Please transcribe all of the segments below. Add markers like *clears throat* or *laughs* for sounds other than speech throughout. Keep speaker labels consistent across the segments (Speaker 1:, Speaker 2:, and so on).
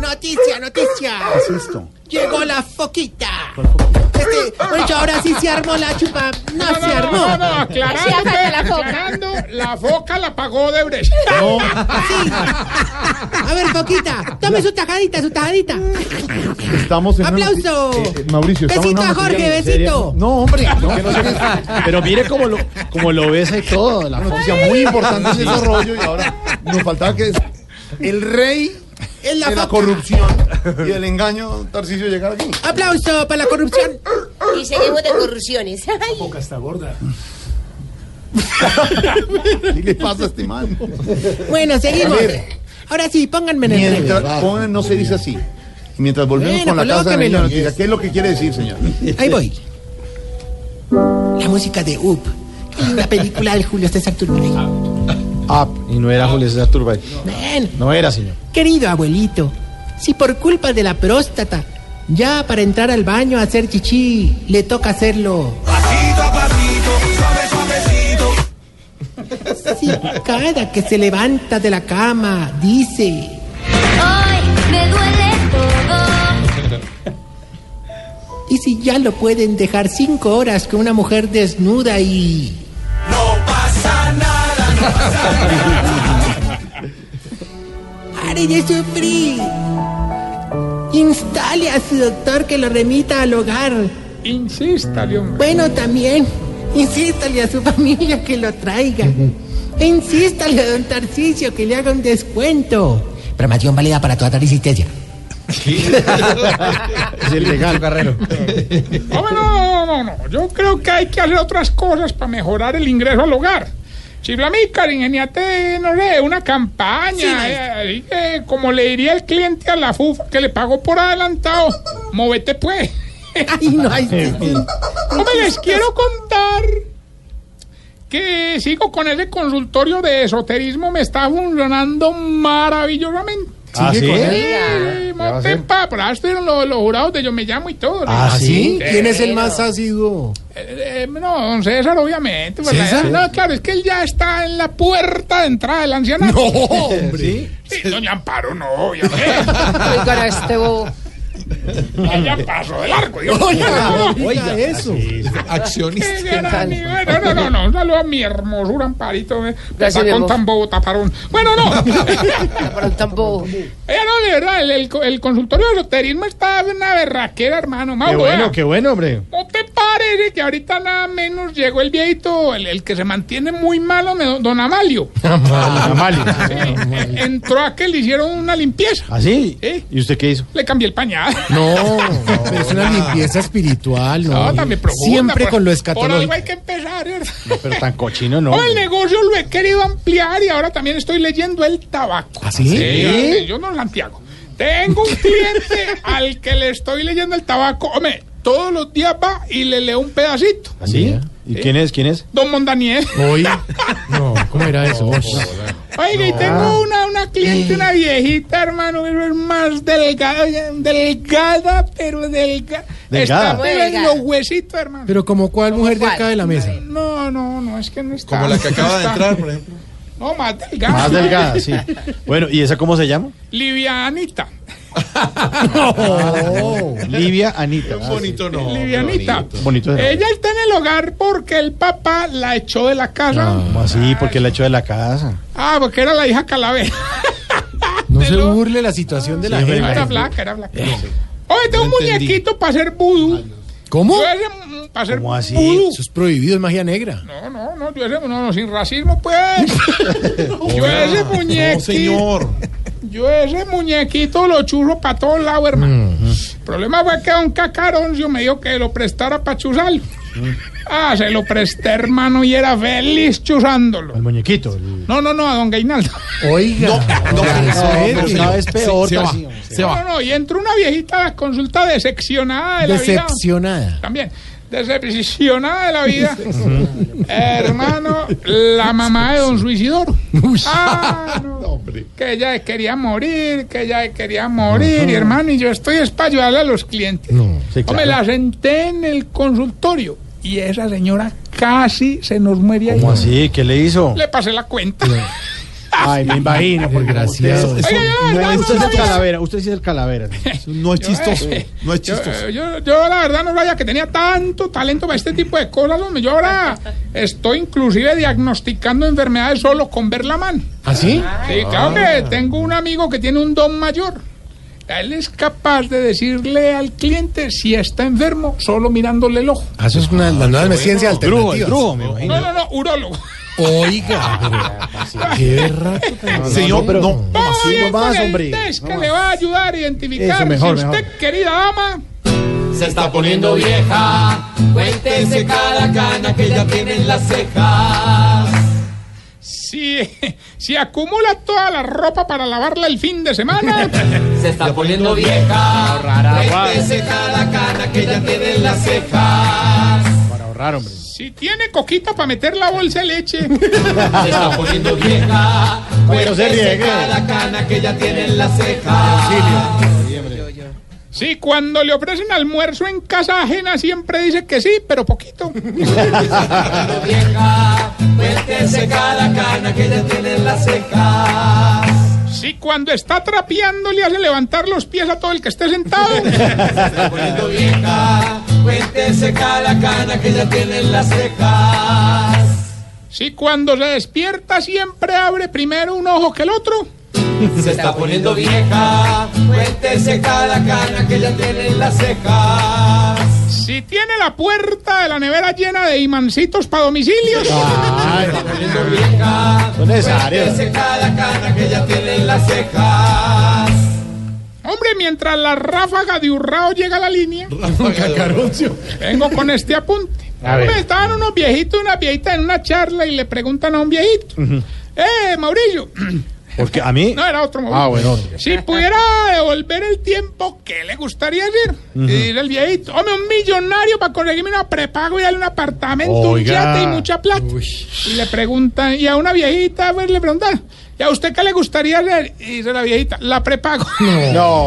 Speaker 1: Noticia, noticia.
Speaker 2: ¿Qué es esto?
Speaker 1: Llegó la foquita. Este, oye, ahora sí se armó la chupa. No, se armó.
Speaker 3: No, no, aclarando,
Speaker 4: Sí, acá está la foca.
Speaker 3: aclarando, la foca la pagó de brecha.
Speaker 1: A ver, foquita. Tome su tajadita, su tajadita.
Speaker 2: Estamos en una
Speaker 1: Aplauso.
Speaker 2: noti- eh, eh, Mauricio, estamos en
Speaker 1: Besito
Speaker 2: una
Speaker 1: a
Speaker 2: noticia
Speaker 1: Jorge,
Speaker 2: muy seria.
Speaker 1: besito.
Speaker 2: No,
Speaker 1: *laughs*
Speaker 2: hombre, no, que no se- pero mire cómo lo, cómo lo besa y todo. La noticia muy importante es ese rollo y ahora nos faltaba que el rey
Speaker 1: Es la
Speaker 2: de la
Speaker 1: foca.
Speaker 2: corrupción y el engaño, Tarcisio, llegar aquí.
Speaker 1: Aplauso para la corrupción.
Speaker 4: Y seguimos de corrupciones. Ay,
Speaker 2: ¿Qué le pasa a este man?
Speaker 1: Bueno, seguimos.
Speaker 2: A ver.
Speaker 1: Ahora sí, pónganme en el tren.
Speaker 2: Mientras, pongan, no se dice así. Mientras volvemos
Speaker 1: Bueno, pues
Speaker 2: con la casa de
Speaker 1: colóquemelo.
Speaker 2: la noticia, ¿qué es lo que quiere decir, señor?
Speaker 1: Ahí voy. La música de Up. Qué linda película del Julio César Turbay.
Speaker 2: Ah, y no era Julio César Turbay.
Speaker 1: Ven,
Speaker 2: No era, señor.
Speaker 1: querido abuelito, si por culpa de la próstata, ya para entrar al baño a hacer chichi, le toca hacerlo. Sí, cada que se levanta de la cama, dice.
Speaker 5: Hoy me duele todo.
Speaker 1: Y si ya lo pueden dejar cinco horas con una mujer desnuda y. No pasa nada, no pasa nada. Pare de sufrir. Instale a su doctor que lo remita al hogar.
Speaker 3: Insista, hombre.
Speaker 1: Bueno, también, insístale a su familia que lo traiga. E insístale a don Tarcicio que le haga un descuento. Programación válida para toda resistencia.
Speaker 2: Es el legal. Carrero.
Speaker 3: Hombre, no, no, no, no, no. Yo creo que hay que hacer otras cosas para mejorar el ingreso al hogar. Chiflamícar, ingeniate, no sé, una campaña. eh, así que, como le diría el cliente a la FUFA que le pagó por adelantado, móvete pues.
Speaker 1: Ay, no, ay, sí, sí.
Speaker 3: Hombre, les quiero contar que sigo con ese consultorio de esoterismo, me está funcionando maravillosamente.
Speaker 2: ¿Ah, sí?
Speaker 3: Sí,
Speaker 2: va a
Speaker 3: monte
Speaker 2: ser?
Speaker 3: en papa, ahora estuvieron los, los jurados de Yo Me Llamo y todo.
Speaker 2: ¿Ah, sí?
Speaker 3: Sí.
Speaker 2: ¿Quién es el más ácido?
Speaker 3: Eh, eh, no, don César, obviamente. pues,
Speaker 2: ¿César?
Speaker 3: eh, No, claro, es que él ya está en la puerta de entrada del ancianato.
Speaker 2: ¿Sí? *laughs*
Speaker 3: Sí, doña Amparo, no,
Speaker 4: *laughs*
Speaker 3: obviamente.
Speaker 4: pues con este bobo.
Speaker 3: Ella pasó de largo. Dios.
Speaker 2: Ah, Oiga, eso.
Speaker 3: Qué
Speaker 2: este
Speaker 3: gran nivel. No, no, no, no, un saludo a mi hermosura Amparito. eh, que
Speaker 4: Gracias,
Speaker 3: está con
Speaker 4: viejo.
Speaker 3: tan bobo taparón. Bueno, no.
Speaker 4: *laughs* Para un tan bobo.
Speaker 3: Eh, no, de verdad, el, el co- el consultorio de esoterismo está de una berraquera, hermano.
Speaker 2: Qué Ah,
Speaker 3: Mauro,
Speaker 2: bueno,
Speaker 3: vea,
Speaker 2: qué bueno, hombre.
Speaker 3: ¿No te parece que ahorita nada menos llegó el viejito, el, el que se mantiene muy malo, me- don
Speaker 2: *laughs*
Speaker 3: Amalio?
Speaker 2: Ah, Amalio.
Speaker 3: Eh, eh, Entró a que le hicieron una limpieza.
Speaker 2: ¿Así?
Speaker 3: Sí.
Speaker 2: ¿Ah, ¿Y usted qué hizo?
Speaker 3: Le cambié el pañal.
Speaker 2: ¿Eh? *laughs* No, pero es una limpieza espiritual,
Speaker 3: No,
Speaker 2: ¿no?
Speaker 3: también profunda,
Speaker 2: Siempre
Speaker 3: por-
Speaker 2: con lo
Speaker 3: Por algo
Speaker 2: escatológico.
Speaker 3: hay que empezar. ¿eh?
Speaker 2: Pero tan cochino, no.
Speaker 3: Oh, el negocio lo he querido ampliar y ahora también estoy leyendo el tabaco.
Speaker 2: ¿Ah, sí?
Speaker 3: hombre, Yo no Santiago. Tengo un cliente al que le estoy leyendo el tabaco. Hombre, todos los días va y le leo un pedacito.
Speaker 2: ¿Así? ¿Ah, ¿Y quién es? ¿Quién es?
Speaker 3: Don Mondaniel.
Speaker 2: Hoy. No, ¿cómo era eso?
Speaker 3: Oiga, y tengo una, una cliente, una viejita, hermano, pero es más delgada, oiga, delgada, pero delgada.
Speaker 2: Delgada.
Speaker 3: Está pero en los huesitos, hermano.
Speaker 2: Pero como cuál mujer
Speaker 4: de acá
Speaker 2: de la mesa.
Speaker 3: No, no, no, es que no está. Como la que acaba de entrar, por ejemplo. No, más delgada.
Speaker 2: Más delgada, *laughs* sí. Bueno, ¿y esa cómo se llama?
Speaker 3: Livianita.
Speaker 2: Livia Anita. bonito.
Speaker 3: livianita.
Speaker 2: Bonito. de
Speaker 3: Ella está en el hogar porque el papá la echó de la casa.
Speaker 6: Ah,
Speaker 2: ¿Cómo así? Porque la echó de la casa.
Speaker 3: Ah, porque era la hija calavera.
Speaker 2: No
Speaker 3: *laughs* De
Speaker 2: se
Speaker 3: lo-
Speaker 2: burle la situación de la
Speaker 3: Era
Speaker 2: gente.
Speaker 3: flaca, era flaca. Oye, tengo un muñequito para hacer vudú.
Speaker 2: ¿Cómo?
Speaker 3: Yo ese, mm, para hacer
Speaker 2: ¿Cómo así?
Speaker 3: vudú.
Speaker 2: Eso es prohibido, es magia negra.
Speaker 3: No, no, no, yo ese, no, no, sin racismo,
Speaker 2: *laughs*
Speaker 3: pues. yo ese muñequito. Yo ese muñequito lo churro para todos lados, hermano.
Speaker 2: Mm,
Speaker 3: El problema fue que don Cacaroncio me dijo que lo prestara para
Speaker 2: Mm.
Speaker 3: chuzarlo. Ah, se lo presté, hermano, y era feliz chuzándolo.
Speaker 2: El muñequito. el-
Speaker 3: No, no, no, a don Gainaldo.
Speaker 2: Oiga.
Speaker 6: no,
Speaker 2: pero
Speaker 6: no,
Speaker 2: cada vez
Speaker 6: se-
Speaker 2: peor.
Speaker 6: se va,
Speaker 2: Tarcisio.
Speaker 6: se
Speaker 3: No,
Speaker 6: va.
Speaker 3: no, y entró una viejita a la consulta decepcionada de la vida.
Speaker 2: Decepcionada.
Speaker 3: También. Decepcionada de la vida. Hermano, la mamá de don Suicidor. Ah, no. Que ella quería morir, que ella quería morir, y hermano, y yo estoy es para ayudarle a los clientes.
Speaker 2: sí,
Speaker 3: Hombre,
Speaker 2: claro.
Speaker 3: la senté en el consultorio y esa señora casi se nos muere ahí.
Speaker 6: ¿Cómo así? ¿Qué le hizo?
Speaker 3: Le pasé la cuenta.
Speaker 2: Ay, me imagino, porque
Speaker 6: Eso-
Speaker 2: desgraciado.
Speaker 6: eso-
Speaker 3: Oiga, yo la
Speaker 6: no,
Speaker 3: verdad
Speaker 6: usted es
Speaker 3: no
Speaker 6: el
Speaker 3: sabía.
Speaker 6: calavera, usted sí es el calavera. eh, Eso No es chistoso, no es chistoso.
Speaker 3: Yo, yo- yo, la verdad no vaya que tenía tanto talento para este tipo de cosas, hombre. Yo ahora estoy inclusive diagnosticando enfermedades solo con ver la mano.
Speaker 6: ¿Ah,
Speaker 2: ¿Así?
Speaker 3: Sí, claro que tengo un amigo que tiene un don mayor. Él es capaz de decirle al cliente si está enfermo solo mirándole el ojo.
Speaker 2: Eso es una de las nuevas ciencias
Speaker 6: Drugo, el
Speaker 2: alternativas.
Speaker 6: drugo, me imagino.
Speaker 3: No, no, no, urólogo.
Speaker 2: Oiga, pero qué rato. tan-
Speaker 6: Señor,
Speaker 2: pero-
Speaker 6: no.
Speaker 3: Vamos
Speaker 6: Así
Speaker 3: bien
Speaker 6: nomás,
Speaker 3: con el
Speaker 6: hombre.
Speaker 3: test que le va a ayudar a identificar
Speaker 6: Eso, mejor,
Speaker 3: si usted,
Speaker 6: mejor.
Speaker 3: querida dama,
Speaker 7: Se está poniendo vieja, cuéntese cada cana que ya tiene en las cejas.
Speaker 3: si, si acumula toda la ropa para lavarla el fin
Speaker 6: *laughs*
Speaker 3: de semana.
Speaker 7: Se está poniendo vieja, cuéntese cada cana que ya tiene en las cejas.
Speaker 6: Para ahorrar, hombre.
Speaker 3: Si tiene coquita para meter la bolsa de leche.
Speaker 7: Se está poniendo vieja,
Speaker 6: que no se
Speaker 7: cuéntese
Speaker 6: riegue.
Speaker 7: cada cana que ya tiene en las cejas.
Speaker 3: Si cuando le ofrecen almuerzo en casa ajena siempre dice que sí, pero
Speaker 7: *laughs*
Speaker 3: poquito.
Speaker 7: Vieja, cuéntese cada cana que ya tiene en las cejas.
Speaker 3: Si cuando está trapeando le hace levantar los pies a todo el que esté
Speaker 7: *laughs*
Speaker 3: sentado.
Speaker 7: Se está poniendo vieja, cuéntese cada cana que ya tiene en las cejas.
Speaker 3: Si cuando se despierta siempre abre primero un ojo que el otro.
Speaker 7: Se está poniendo vieja, cuéntese cada cana que ya tiene en las cejas.
Speaker 3: Si tiene la puerta de la nevera llena de imancitos para domicilios.
Speaker 6: Ay,
Speaker 7: Poniendo vieja,
Speaker 6: son necesarios.
Speaker 7: cuéntese cada cana que ya tiene en las cejas.
Speaker 3: Hombre, mientras la ráfaga de hurrao llega a la línea,
Speaker 6: Cacaroncio.
Speaker 3: vengo con este apunte.
Speaker 6: A ver.
Speaker 3: Hombre, estaban unos viejitos y una viejita en una charla y le preguntan a un viejito. Eh,
Speaker 6: *clears throat*
Speaker 3: Mauricio.
Speaker 6: Porque a mí.
Speaker 3: No, era otro Mauricio.
Speaker 6: Ah, bueno.
Speaker 3: Si pudiera devolver el tiempo, ¿qué le gustaría decir? Y dice el viejito, hombre, un millonario para conseguirme una prepago y darle un apartamento,
Speaker 6: Oiga.
Speaker 3: un yate y mucha plata. Y le preguntan, y a una viejita, pues le preguntan, ¿y a usted qué le gustaría hacer? Y dice la viejita, la prepago.
Speaker 6: No.
Speaker 3: No,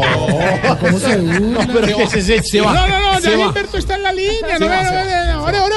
Speaker 2: ¿Cómo se burla?
Speaker 6: Pero que se, se, se
Speaker 3: no,
Speaker 6: va.
Speaker 3: no, ya
Speaker 6: se va.
Speaker 3: Gilberto está en la línea. no, me- no, me- no, ore, ore,